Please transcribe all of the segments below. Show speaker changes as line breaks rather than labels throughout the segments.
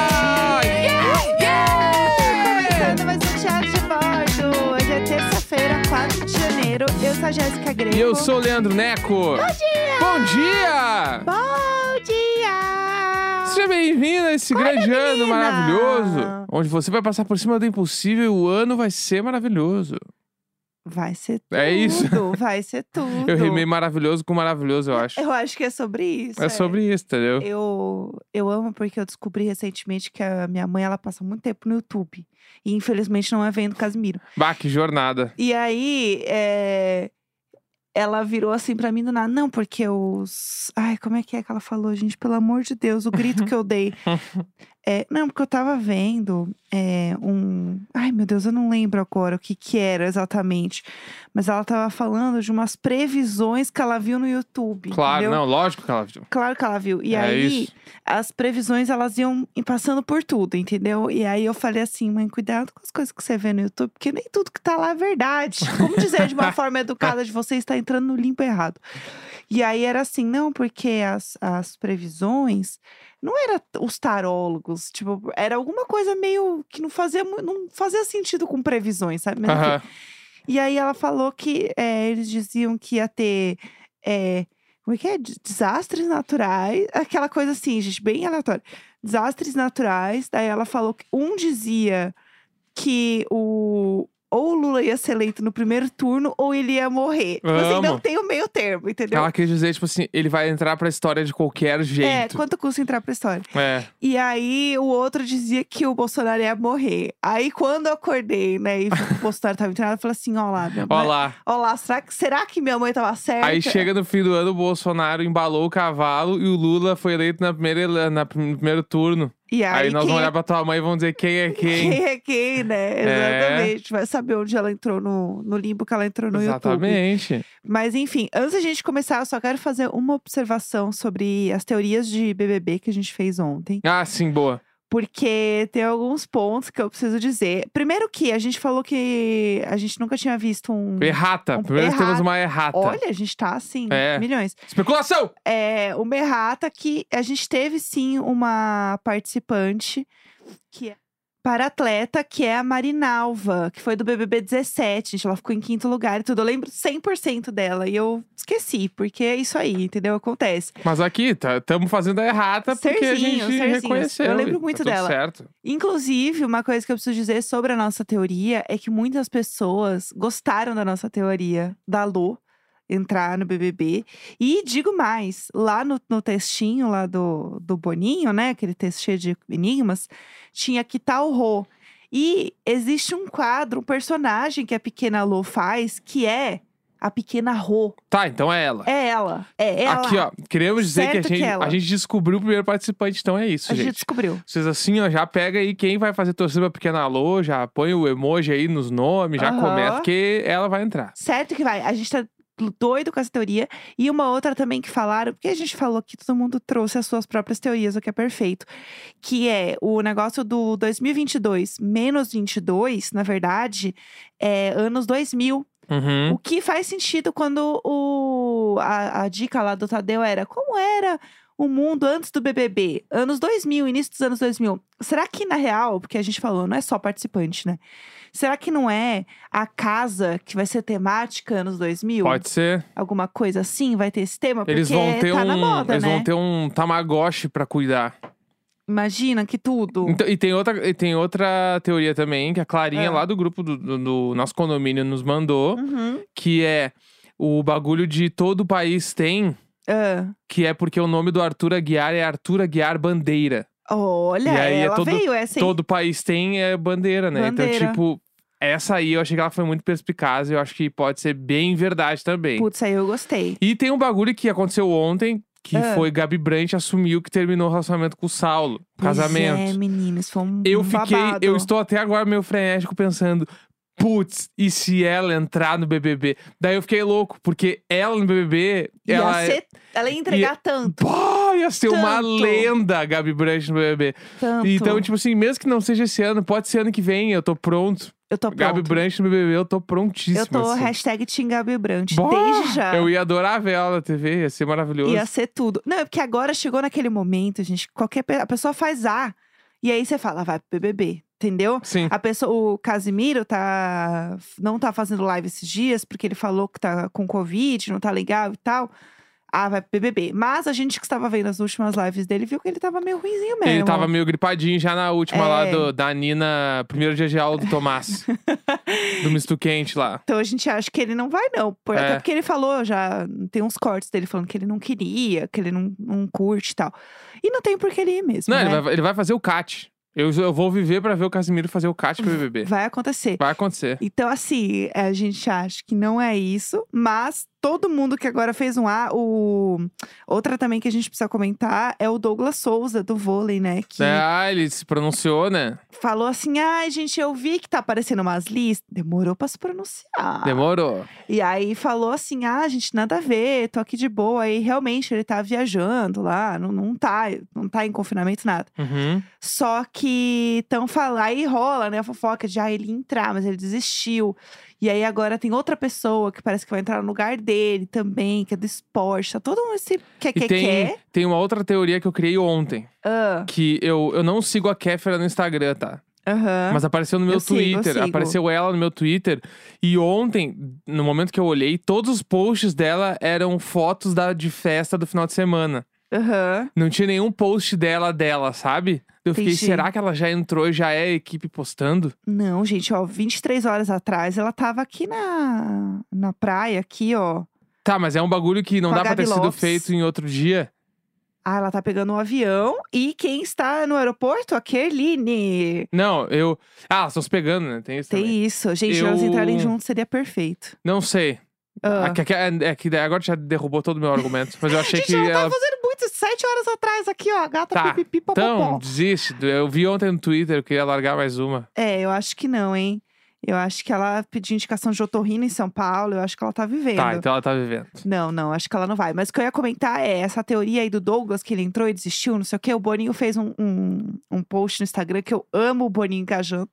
é Janeiro. Eu sou a Jéssica Greco.
E eu sou o Leandro Neco.
Bom dia!
Bom dia!
Bom dia!
Seja bem-vindo a esse
Olha,
grande ano
menina!
maravilhoso, onde você vai passar por cima do impossível e o ano vai ser maravilhoso.
Vai ser tudo.
É isso.
Vai ser tudo.
Eu rimei maravilhoso com maravilhoso, eu acho.
Eu acho que é sobre isso.
É sobre isso, entendeu?
Eu, eu amo porque eu descobri recentemente que a minha mãe ela passa muito tempo no YouTube. E infelizmente não é vendo Casimiro.
Bah, que jornada.
E aí, é, ela virou assim pra mim do nada. Não, porque os. Ai, como é que é que ela falou, gente? Pelo amor de Deus, o grito que eu dei. É, não, porque eu tava vendo é, um. Ai, meu Deus, eu não lembro agora o que, que era exatamente. Mas ela tava falando de umas previsões que ela viu no YouTube.
Claro,
entendeu?
não, lógico que ela viu.
Claro que ela viu. E
É
aí,
isso.
as previsões, elas iam em- passando por tudo, entendeu? E aí eu falei assim, mãe, cuidado com as coisas que você vê no YouTube, porque nem tudo que tá lá é verdade. Como dizer de uma forma educada de você está entrando no limpo errado. E aí era assim, não, porque as, as previsões não era t- os tarólogos, tipo, era alguma coisa meio que não fazia, mu- não fazia sentido com previsões, sabe? Mas, enfim,
Aham.
e aí ela falou que é, eles diziam que ia ter. é, como é que é? De- Desastres naturais. Aquela coisa assim, gente, bem aleatória. Desastres naturais. Daí ela falou que um dizia que o. Ou o Lula ia ser eleito no primeiro turno, ou ele ia morrer. Tipo assim, não
Amo.
tem o meio termo, entendeu?
Ela quis dizer, tipo assim, ele vai entrar pra história de qualquer
É,
jeito.
quanto custa entrar pra história?
É.
E aí, o outro dizia que o Bolsonaro ia morrer. Aí, quando eu acordei, né, e vi que o Bolsonaro tava internado, eu falei assim: ó lá, minha mãe-
Ó lá.
Ó lá, será que, será que minha mãe tava certa?
Aí chega no fim do ano, o Bolsonaro embalou o cavalo e o Lula foi eleito na primeira, ele- na, prim- no primeiro turno.
E
Aí,
aí,
nós
quem,
vamos olhar pra tua mãe e vamos dizer quem é quem.
quem é quem, né?
É.
Exatamente. Vai saber onde ela entrou no, no limbo que ela entrou no YouTube.
Exatamente.
Mas enfim, antes da gente começar, eu só quero fazer uma observação sobre as teorias de BBB que a gente fez ontem.
Ah, sim, boa.
Porque tem alguns pontos que eu preciso dizer. Primeiro que a gente falou que a gente nunca tinha visto um...
Errata.
Um
Primeiro
errata.
temos uma errata.
Olha, a gente tá assim,
É.
milhões.
Especulação!
é, uma errata que a gente teve sim uma participante que é para atleta, que é a Marinalva, que foi do BBB 17, gente, ela ficou em quinto lugar e tudo. Eu lembro 100% dela e eu esqueci, porque é isso aí, entendeu? Acontece.
Mas aqui, estamos fazendo a errata porque a
Cerzinho,
gente
cerzinho.
reconheceu.
Eu
e
lembro
tá
muito
tudo
dela.
Certo.
Inclusive, uma coisa que eu preciso dizer sobre a nossa teoria é que muitas pessoas gostaram da nossa teoria da Lu entrar no BBB. E digo mais, lá no, no textinho lá do, do Boninho, né, aquele texto cheio de enigmas, tinha que tal Rô. E existe um quadro, um personagem que a pequena Lu faz, que é a pequena Rô.
Tá, então é ela.
É ela. É ela.
Aqui, ó, queremos dizer que a,
Certo que é
gente,
ela.
a gente descobriu o primeiro participante, então é isso,
A gente
gente.
descobriu.
Vocês assim, ó, já pega aí quem vai fazer torcida pra pequena alô, já põe o emoji aí nos nomes, já
Aham.
começa, porque ela vai entrar.
Certo que vai. A gente tá doido com essa teoria. E uma outra também que falaram, porque a gente falou que todo mundo trouxe as suas próprias teorias, o que é perfeito. Que é o negócio do 2022 menos 22, na verdade, é anos 2000.
Uhum.
O que faz sentido quando o, a, a dica lá do Tadeu era como era o mundo antes do BBB, anos 2000, início dos anos 2000. Será que na real, porque a gente falou, não é só participante, né? Será que não é a casa que vai ser temática anos 2000?
Pode ser.
Alguma coisa assim vai ter esse tema?
Eles
porque
vão ter
tá
um.
na moda,
eles
né?
vão ter um tamagotchi pra cuidar.
Imagina que tudo.
Então, e tem outra, e tem outra teoria também, que a Clarinha
Ah.
lá do grupo do, do- do nosso condomínio nos mandou,
Uhum.
que é o bagulho de todo o país tem,
Ah,
que é porque o nome do Arthur Aguiar é Arthur Aguiar Bandeira.
olha,
E aí é
ela
todo-
veio essa, hein?
Todo país tem é bandeira, né?
Bandeira.
Então, tipo, essa aí eu achei que ela foi muito perspicaz e eu acho que pode ser bem verdade também.
Putz, aí eu gostei.
E tem um bagulho que aconteceu ontem, que
Ah.
foi Gabi Brant assumiu que terminou o relacionamento com o Saulo.
Pois
Casamento.
É, meninos, foi um
Eu
um
fiquei,
babado.
eu estou até agora meio frenético pensando, putz, e se ela entrar no BBB? Daí eu fiquei louco, porque ela no BBB,
Ia
ela é-
ser- ela ia entregar tanto,
Pá, ia ser uma
Tanto.
lenda, a Gabi Branch no BBB.
tanto.
Então, tipo assim, mesmo que não seja esse ano, pode ser ano que vem, eu tô pronto.
eu tô
Gabi
pronto.
Branch no BBB, eu tô prontíssimo.
Eu tô
assim.
hashtag Team Gabi Brant,
Bah,
desde já.
Eu ia adorar ver ela na TV, ia ser maravilhoso.
Ia ser tudo. Não, é porque agora chegou naquele momento, gente, que qualquer pe- a pessoa faz A. E aí você fala, "Ah, vai pro BBB. Entendeu?
Sim.
A pessoa, o Casimiro tá não tá fazendo live esses dias porque ele falou que tá com covid, não tá legal e tal. Ah, vai pro BBB. Mas a gente que estava vendo as últimas lives dele viu que ele tava meio ruinzinho mesmo.
Ele tava meio gripadinho já na última lá
É.
do, da Nina, primeiro dia de aula do Tomás. do misto quente lá.
Então a gente acha que ele não vai, não. Por- Até
É.
porque ele falou já, tem uns cortes dele falando que ele não queria, que ele não, não curte e tal. E não tem por que ele ir mesmo.
Não,
né?
ele, vai, ele vai fazer o cat. Eu, eu vou viver pra ver o Casimiro fazer o cat pro BBB.
Vai acontecer.
Vai acontecer.
Então, assim, a gente acha que não é isso, mas todo mundo que agora fez um A, o... outra também que a gente precisa comentar é o Douglas Souza, do vôlei, né? Que
É, ah, ele se pronunciou, né?
falou assim: ai, gente, eu vi que tá aparecendo umas listas. Demorou pra se pronunciar.
Demorou.
E aí falou assim: ah, gente, nada a ver, tô aqui de boa. Aí realmente ele tá viajando lá, não, não, tá, não tá em confinamento, nada.
Uhum.
Só que tão falando, aí rola, né, a fofoca de ah, ele ia entrar, mas ele desistiu. E aí agora tem outra pessoa que parece que vai entrar no lugar dele também, que é do esporte. Tá todo mundo esse quer,
E
quer,
tem,
quer.
tem uma outra teoria que eu criei ontem.
Ah,
Que eu, eu não sigo a Kéfera no Instagram, tá?
Aham.
Mas apareceu no meu
Eu sigo, eu
Twitter.
sigo.
Apareceu ela no meu Twitter. E ontem, no momento que eu olhei, todos os posts dela eram fotos da, de festa do final de semana.
Aham.
Não tinha nenhum post dela dela, sabe? Eu fiquei,
Entendi.
será que ela já entrou e já é a equipe postando?
Não, gente, ó, 23 horas atrás ela tava aqui na, na praia, aqui, ó.
Tá, mas é um bagulho que não
Com a
dá pra
Gabi
ter sido
Lopes.
feito em outro dia.
Ah, ela tá pegando um avião. E quem está no aeroporto? A Kerline.
Não, eu. Ah, estão se pegando, né? Tem isso
Tem
também.
isso. Gente, elas
Eu-
entrarem juntos seria perfeito.
Não sei.
Ah.
É que- é que- é que daí agora já derrubou todo o meu argumento. Mas eu achei
Gente, tá
que
ela
ela.
tava fazendo muito. Sete horas atrás aqui, ó. A gata
Tá,
pipipi,
Então,
popopó.
desiste. Eu vi ontem no Twitter, eu queria largar mais uma.
É, eu acho que não, hein. Eu acho que ela pediu indicação de otorrino em São Paulo. Eu acho que ela tá vivendo.
Tá, então ela tá vivendo.
Não, não, acho que ela não vai. Mas o que eu ia comentar é essa teoria aí do Douglas, que ele entrou e desistiu, não sei o quê. O Boninho fez um, um, um post no Instagram, que eu amo o Boninho engajando.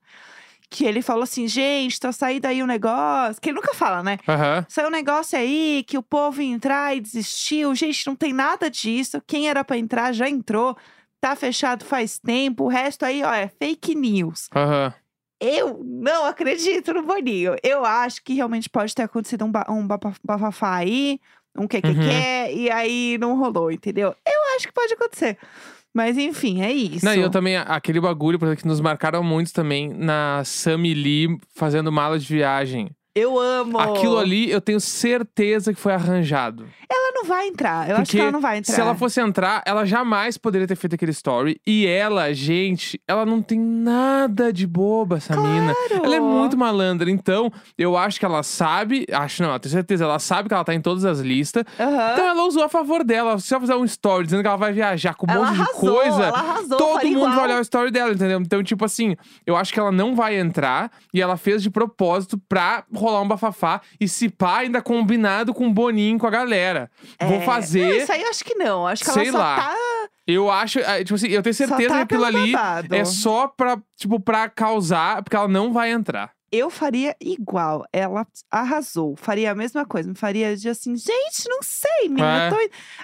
Que ele falou assim, gente, tá saindo aí um negócio. Que ele nunca fala, né?
Aham.
Saiu um negócio aí que o povo ia entrar e desistiu. Gente, não tem nada disso. Quem era pra entrar já entrou. Tá fechado faz tempo. O resto aí, ó, é fake news.
Aham.
Eu não acredito no Boninho. Eu acho que realmente pode ter acontecido um, ba um bafa- bafafá aí, um que que
Uhum.
que, e aí não rolou, entendeu? Eu acho que pode acontecer. Mas enfim, é isso.
Não, e eu também, aquele bagulho, por exemplo, que nos marcaram muito também na Sammy Lee fazendo mala de viagem.
Eu amo.
Aquilo ali, eu tenho certeza que foi arranjado.
Ela não vai entrar. Eu acho que
Porque
ela não vai entrar.
Se ela fosse entrar, ela jamais poderia ter feito aquele story. E ela, gente, ela não tem nada de boba, essa mina.
Claro.
Ela é muito malandra. Então, eu acho que ela sabe. Acho não, eu tenho certeza. Ela sabe que ela tá em todas as listas.
Aham.
Então, ela usou a favor dela. Se ela fizer um story dizendo que ela vai viajar com um
ela
monte
arrasou,
de coisa.
Ela arrasou,
Todo
faria
mundo
igual.
vai olhar o story dela, entendeu? Então, tipo assim, eu acho que ela não vai entrar e ela fez de propósito pra rolar um bafafá e se pá ainda combinado com o Boninho e com a galera. Vou
É.
fazer.
Não, isso aí eu acho que não. Acho que
Sei
ela só
lá.
tá.
Eu acho, ah, tipo assim, eu tenho
Só
certeza
tá
que aquilo
pelo
ali
babado.
é só pra, tipo, pra causar, porque ela não vai entrar.
Eu faria igual. Ela arrasou. Faria a mesma coisa. Me faria de assim, gente, não sei, menina.
É.
Tô...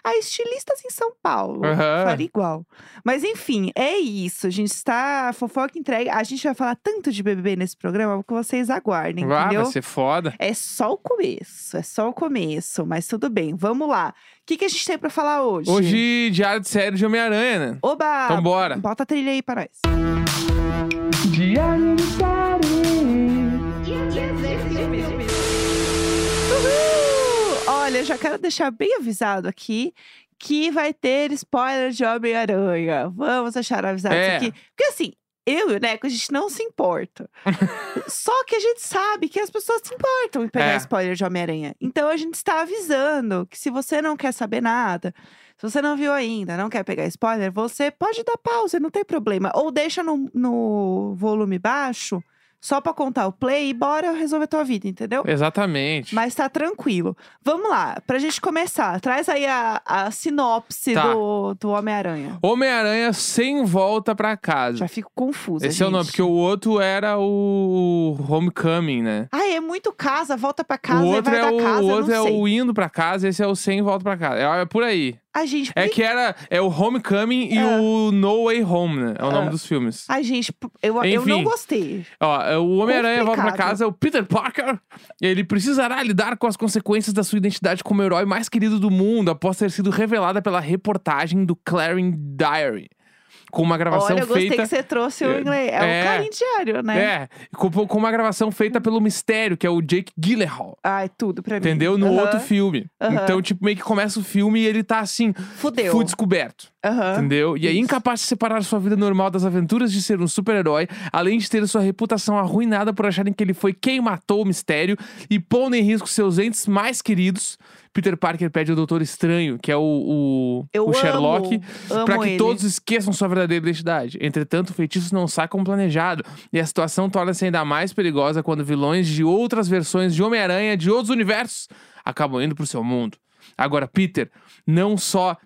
A estilistas em São Paulo.
Aham.
Faria igual. Mas enfim, é isso. A gente está a fofoca entregue. A gente vai falar tanto de BBB nesse programa que vocês aguardem,
Ah, Vai,
entendeu?
vai ser foda.
É só o começo, é só o começo, mas tudo bem, vamos lá. O que, que a gente tem pra falar hoje?
Hoje, diário de série de Homem-Aranha, né?
Oba!
Então bora.
Bota a trilha aí pra nós.
Diário de
Uhul! Olha, eu já quero deixar bem avisado aqui que vai ter spoiler de Homem-Aranha. Vamos deixar avisado
É.
isso aqui. Porque assim, eu e o Neco, a gente não se importa. Só que a gente sabe que as pessoas se importam em pegar
É.
spoiler de Homem-Aranha. Então a gente está avisando que se você não quer saber nada, se você não viu ainda, não quer pegar spoiler, você pode dar pausa, não tem problema. Ou deixa no, no volume baixo, só pra contar o play e bora resolver tua vida, entendeu?
É. Exatamente.
Mas tá tranquilo. Vamos lá, pra gente começar. Traz aí a, a sinopse
Tá.
do, do Homem-Aranha.
Homem-Aranha sem volta pra casa.
Já fico confusa.
Esse é o nome,
gente.
porque o outro era o Homecoming, né?
Ah, é muito casa, volta pra casa,
o
aí
outro
vai
é
da
o,
casa,
o
eu
outro
não
é
sei.
o indo pra casa, esse é o sem volta pra casa. É, é por aí.
A gente,
É que era é o Homecoming e
É.
o No Way Home, né? É o nome
É.
dos filmes.
a gente eu, eu
Enfim.
não gostei.
Ó, é, o Homem-Aranha volta pra
Complicado.
casa, o Peter Parker. Ele precisará lidar com as consequências da sua identidade como herói mais querido do mundo após ter sido revelada pela reportagem do Clarin Diary. Com uma gravação
Olha, eu gostei
feita.
que você trouxe o
É,
inglês. É,
é.
o carinho diário, né?
É, com, com uma gravação feita pelo Mistério, que é o Jake Gyllenhaal.
Ai, tudo pra mim.
Entendeu? No
Aham.
outro filme.
Aham.
Então, tipo, meio que começa o filme e ele tá assim,
Fudeu.
fui descoberto.
Aham.
Entendeu? E aí,
Isso.
incapaz de separar sua vida normal das aventuras de ser um super-herói, além de ter sua reputação arruinada por acharem que ele foi quem matou o mistério e pondo em risco seus entes mais queridos, Peter Parker pede ao Doutor Estranho, que é o, o,
Eu
o Sherlock,
amo,
pra
amo
que
ele.
todos esqueçam sua verdadeira identidade. Entretanto, o feitiço não sai como planejado, e a situação torna-se ainda mais perigosa quando vilões de outras versões de Homem-Aranha de outros universos acabam indo pro seu mundo. Agora, Peter não só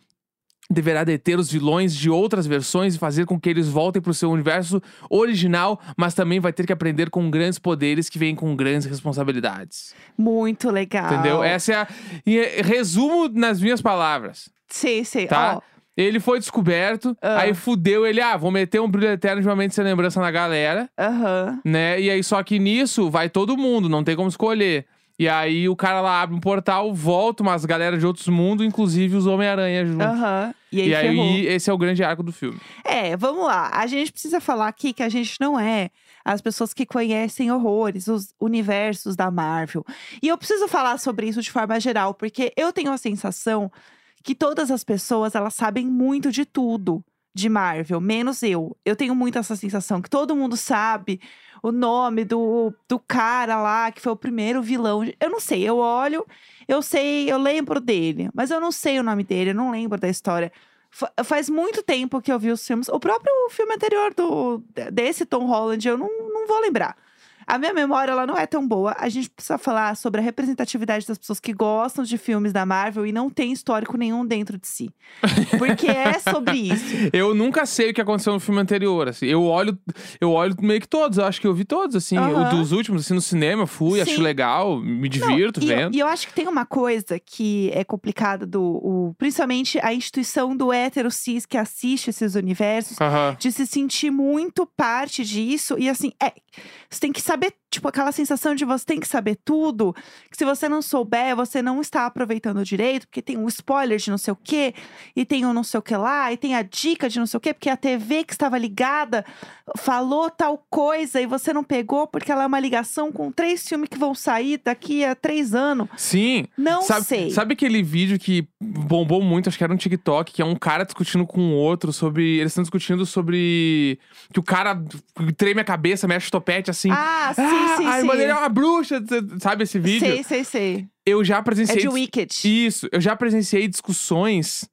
deverá deter os vilões de outras versões e fazer com que eles voltem para o seu universo original, mas também vai ter que aprender com grandes poderes que vêm com grandes responsabilidades.
Muito legal.
Entendeu? Essa é a. e, eh, Resumo nas minhas palavras,
Sei, sei.
tá?
Ó,
Ele foi descoberto,
Ah.
aí fudeu ele, ah, vou meter um brilho eterno de uma mente sem lembrança na galera,
Aham.
né? E aí só que nisso vai todo mundo, não tem como escolher. E aí o cara lá abre um portal, volta umas galera de outros mundos, inclusive os Homem-Aranha junto.
Aham. Ah, E aí,
E
ferrou.
aí esse é o grande arco do filme.
É, vamos lá. A gente precisa falar aqui que a gente não é as pessoas que conhecem horrores, os universos da Marvel. E eu preciso falar sobre isso de forma geral, porque eu tenho a sensação que todas as pessoas, elas sabem muito de tudo de Marvel, menos eu. Eu tenho muito essa sensação que todo mundo sabe o nome do, do cara lá que foi o primeiro vilão. Eu não sei, eu olho, eu sei, eu lembro dele, mas eu não sei o nome dele, eu não lembro da história. Fa- Faz muito tempo que eu vi os filmes. O próprio filme anterior do, de- desse Tom Holland, eu não, não vou lembrar. A minha memória, ela não é tão boa. A gente precisa falar sobre a representatividade das pessoas que gostam de filmes da Marvel e não tem histórico nenhum dentro de si. Porque é sobre isso.
Eu nunca sei o que aconteceu no filme anterior, assim. Eu olho, eu olho meio que todos, eu acho que eu vi todos, assim.
Aham.
O dos últimos, assim, no cinema, eu fui, acho
Sim.
legal, me
Não,
divirto
e eu-
vendo.
E eu, acho que tem uma coisa que é complicada do. o- principalmente a instituição do hétero cis que assiste esses universos.
Aham.
De se sentir muito parte disso. E assim, é. Você tem que saber, tipo, aquela sensação de você tem que saber tudo. Que se você não souber, você não está aproveitando direito, porque tem um spoiler de não sei o quê, e tem um não sei o que lá, e tem a dica de não sei o quê, porque a TV que estava ligada falou tal coisa e você não pegou, porque ela é uma ligação com três filmes que vão sair daqui a três anos.
Sim.
Não
sabe,
sei.
sabe aquele vídeo que bombou muito, acho que era um TikTok, que é um cara discutindo com o outro sobre. Eles estão discutindo sobre. Que o cara treme a cabeça, mexe o topete assim.
Ah, sim,
"Ah,
sim,
a
sim.
irmã dele é uma bruxa, sabe esse vídeo? Assim,
Sei, sei, sei.
Eu já
É
presenciei.
de Wicked.
Isso, eu já presenciei discussões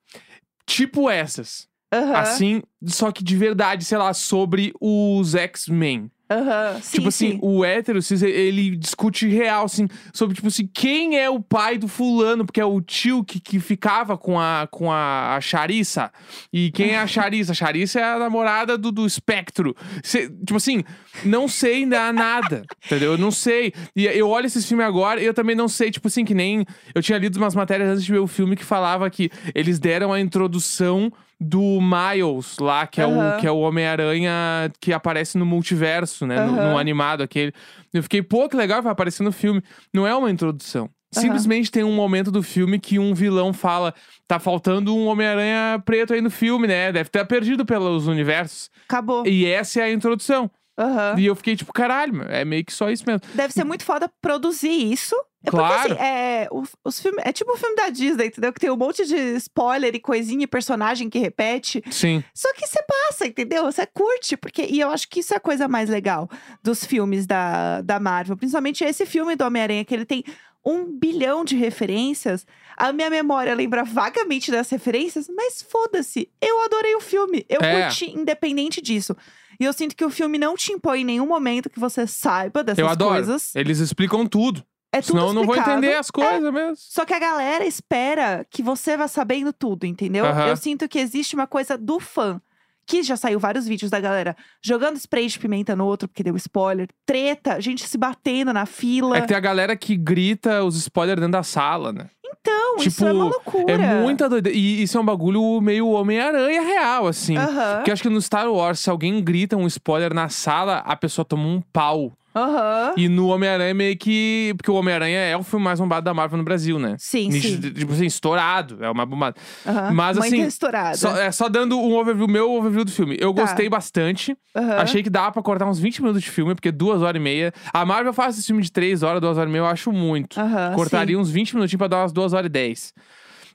tipo essas.
Aham,
Assim, só que de verdade, sei lá, sobre os X-Men.
aham. Sim,
Tipo assim,
sim.
o hétero, cis, ele discute real, assim, sobre, tipo assim, quem é o pai do fulano, porque é o tio que, que ficava com a, com a, a Charissa. E quem é a Charissa? A Charissa é a namorada do, do espectro. Cê- tipo assim, não sei ainda nada, entendeu? Eu não sei. E eu olho esses filmes agora e eu também não sei, tipo assim, que nem. Eu tinha lido umas matérias antes de ver o filme que falava que eles deram a introdução do Miles lá, que é
Aham.
o, que é o Homem-Aranha que aparece no multiverso, né? No,
Aham.
no animado aquele. Eu fiquei, pô, que legal, vai aparecer no filme. Não é uma introdução.
Aham.
Simplesmente tem um momento do filme que um vilão fala: tá faltando um Homem-Aranha preto aí no filme, né? Deve ter perdido pelos universos.
Acabou.
E essa é a introdução.
Oh. Aham.
E eu fiquei tipo, caralho, meu, é meio que só isso mesmo.
Deve ser muito foda produzir isso. É
Claro.
Porque, assim, é, o- os filmes, é tipo o filme da Disney, entendeu? Que tem um monte de spoiler e coisinha e personagem que repete.
Sim.
Só que você passa, entendeu? Você curte. Porque, e eu acho que isso é a coisa mais legal dos filmes da, da Marvel. Principalmente esse filme do Homem-Aranha, que ele tem um bilhão de referências. A minha memória lembra vagamente das referências, mas foda-se. Eu adorei o filme. Eu
É.
curti, independente disso. E eu sinto que o filme não te impõe em nenhum momento que você saiba dessas
eu adoro.
coisas.
Eles explicam tudo.
É tudo
senão eu não vou
explicado. É.
entender as coisas mesmo.
Só que a galera espera que você vá sabendo tudo, entendeu?
Aham.
Eu sinto que existe uma coisa do fã. Que já saiu vários vídeos da galera jogando spray de pimenta no outro, porque deu spoiler. Treta, gente se batendo na fila.
É que tem a galera que grita os spoilers dentro da sala, né?
Então, isso é uma loucura.
É muita doideira. E isso é um bagulho meio Homem-Aranha real, assim.
Aham.
Porque eu acho que no Star Wars, se alguém grita um spoiler na sala, a pessoa toma um pau.
Aham.
E no Homem-Aranha é meio que. Porque o Homem-Aranha é o filme mais bombado da Marvel no Brasil, né?
Sim, sim.
Nitido- Tipo assim, estourado. É uma bombada.
Aham.
Mas,
Mãe
assim,
tá estourada.
Só, é, só dando um overview, meu overview do filme. Eu
Tá.
gostei bastante.
Aham.
Achei que dava pra cortar uns 20 minutos de filme, porque duas horas e meia. A Marvel faz esse filme de três horas, duas horas e meia, eu acho muito.
Aham,
Cortaria uns 20 minutinhos pra dar umas duas horas e 10.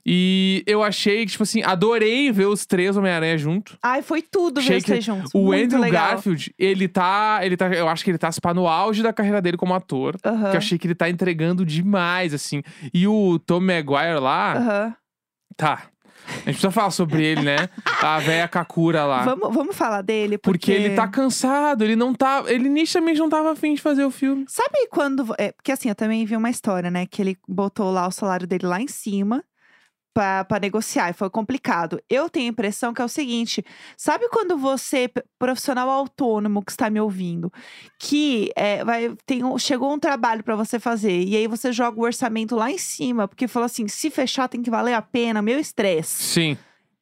E eu achei que, tipo assim, adorei ver os três Homem-Aranha junto.
Ai, foi tudo ver
Achei
os
que
três juntos.
O
Muito
Andrew
legal.
Garfield, ele tá, ele tá. Eu acho que ele tá se pá, no auge da carreira dele como ator.
Aham.
Que eu achei que ele tá entregando demais, assim. E o Tom Maguire lá,
Aham.
tá. A gente precisa falar sobre ele, né? A véia Kakura lá.
Vamos, vamos falar dele, porque...
Porque ele tá cansado, ele não tá. Ele nitidamente não tava afim de fazer o filme.
Sabe quando... vo- É, porque assim, eu também vi uma história, né? Que ele botou lá o salário dele lá em cima pra, pra negociar. E foi complicado. Eu tenho a impressão que é o seguinte. Sabe quando você, p- profissional autônomo que está me ouvindo, que é, vai, tem um- chegou um trabalho pra você fazer e aí você joga o orçamento lá em cima. Porque falou assim, se fechar tem que valer a pena, meu estresse.
Sim.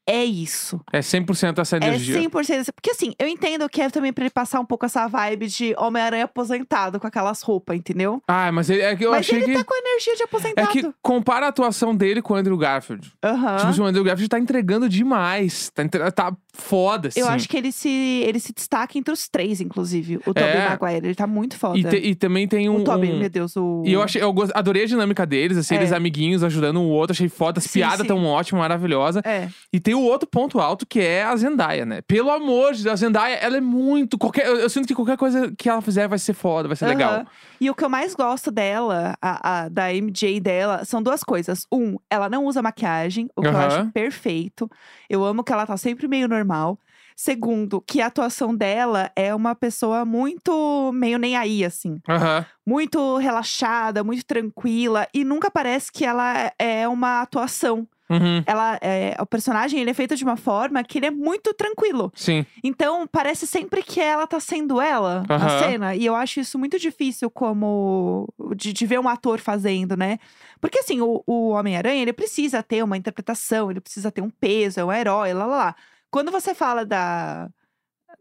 É isso.
É 100%
É
essa energia.
100%. isso. Porque assim, eu entendo que é também pra ele passar um pouco essa vibe de Homem-Aranha aposentado com aquelas roupas, entendeu?
Ah, mas ele, é que eu
Mas
achei
ele
que.
tá com a energia de
É
aposentado.
que compara a atuação dele com o Andrew Garfield.
Aham.
Tipo assim, o Andrew Garfield tá entregando demais. Tá, entre- tá foda, assim.
Eu acho que ele se, ele se destaca entre os três, inclusive. O Tobey
É.
Maguire, ele tá muito foda.
E, te- e também tem um.
o Tobey,
um-
meu Deus, o...
E eu, achei, eu gost- adorei a dinâmica deles, assim,
É.
eles amiguinhos ajudando um outro, achei foda, as
Sim,
piadas
sim.
tão ótimas, maravilhosa.
É,
E tem o outro ponto alto que é a Zendaya, né? Pelo amor de Deus, a Zendaya, ela é muito. Qualquer, eu, eu sinto que qualquer coisa que ela fizer vai ser foda, vai ser legal.
aham. E o que eu mais gosto dela, a- a- da MJ dela, são duas coisas. Um, ela não usa maquiagem, o que eu
Aham.
acho perfeito. Eu amo que ela tá sempre meio normal. Segundo, que a atuação dela é uma pessoa muito meio nem aí, assim.
Aham.
muito relaxada, muito tranquila e nunca parece que ela é uma atuação.
Uhum.
Ela é, o personagem ele é feito de uma forma que ele é muito tranquilo.
Sim.
Então parece sempre que ela tá sendo ela na
Aham.
cena e eu acho isso muito difícil como de, de ver um ator fazendo, né? Porque assim o, o Homem Aranha ele precisa ter uma interpretação, ele precisa ter um peso, é um herói, lá lá. lá. Quando você fala da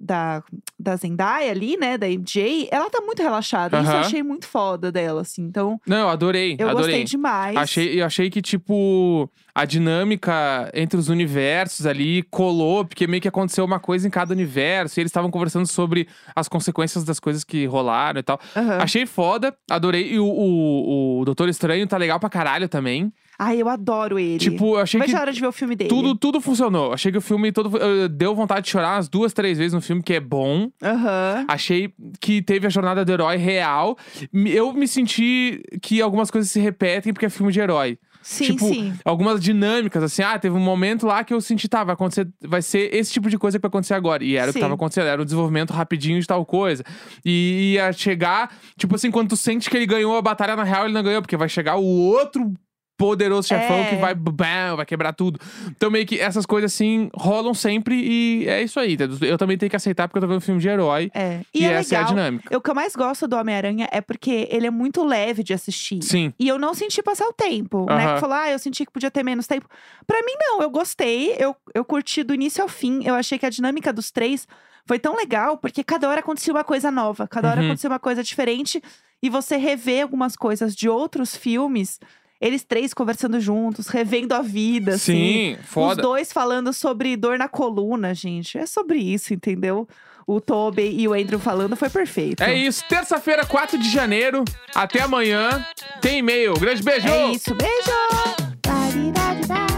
da, da Zendaya ali, né, da MJ, ela tá muito relaxada. Isso eu
Aham.
achei muito foda dela, assim. Então,
Não, eu adorei.
eu
adorei.
gostei demais.
Achei, eu achei que, tipo, a dinâmica entre os universos ali colou, porque meio que aconteceu uma coisa em cada universo, e eles estavam conversando sobre as consequências das coisas que rolaram e tal.
Aham.
Achei foda, adorei. E o, o, o Doutor Estranho tá legal pra caralho também.
Ai, eu adoro ele.
Tipo, eu achei
Vai
que
já hora de ver o filme dele.
tudo, tudo funcionou. Achei que o filme todo. fu- eh, Deu vontade de chorar umas duas, três vezes no filme, que é bom.
Aham.
Achei que teve a jornada do herói real. Me- Eu me senti que algumas coisas se repetem porque é filme de herói.
Sim,
tipo,
sim.
algumas dinâmicas, assim, ah, teve um momento lá que eu senti, tá, vai acontecer, vai ser esse tipo de coisa que vai acontecer agora. E era o que
Sim.
tava acontecendo, era o desenvolvimento rapidinho de tal coisa. E ia chegar, tipo assim, quando tu sente que ele ganhou a batalha, na real ele não ganhou, porque vai chegar o outro poderoso chefão
É.
que vai, bam, vai quebrar tudo. Então meio que essas coisas assim rolam sempre e é isso aí, entendeu? Eu também tenho que aceitar porque eu tô vendo filme de herói.
É. E, é
essa é a
legal.
dinâmica.
o que eu mais gosto do Homem-Aranha é porque ele é muito leve de assistir.
Sim.
E eu não senti passar o tempo, né?
Aham.
Que falou, ah, eu senti que podia ter menos tempo. Pra mim, não. Eu gostei, eu, eu curti do início ao fim. Eu achei que a dinâmica dos três foi tão legal, porque cada hora acontecia uma coisa nova, cada hora
Uhum.
acontecia uma coisa diferente. E você revê algumas coisas de outros filmes, eles três conversando juntos, revendo a vida, assim.
Sim,
Os
foda.
dois falando sobre dor na coluna, gente. É sobre isso, entendeu? O Tobey e o Andrew falando foi perfeito.
É isso. Terça-feira, 4 de janeiro. Até amanhã. Tem e-mail. Grande beijo.
É isso. Beijo!
Da-di-da-di-da.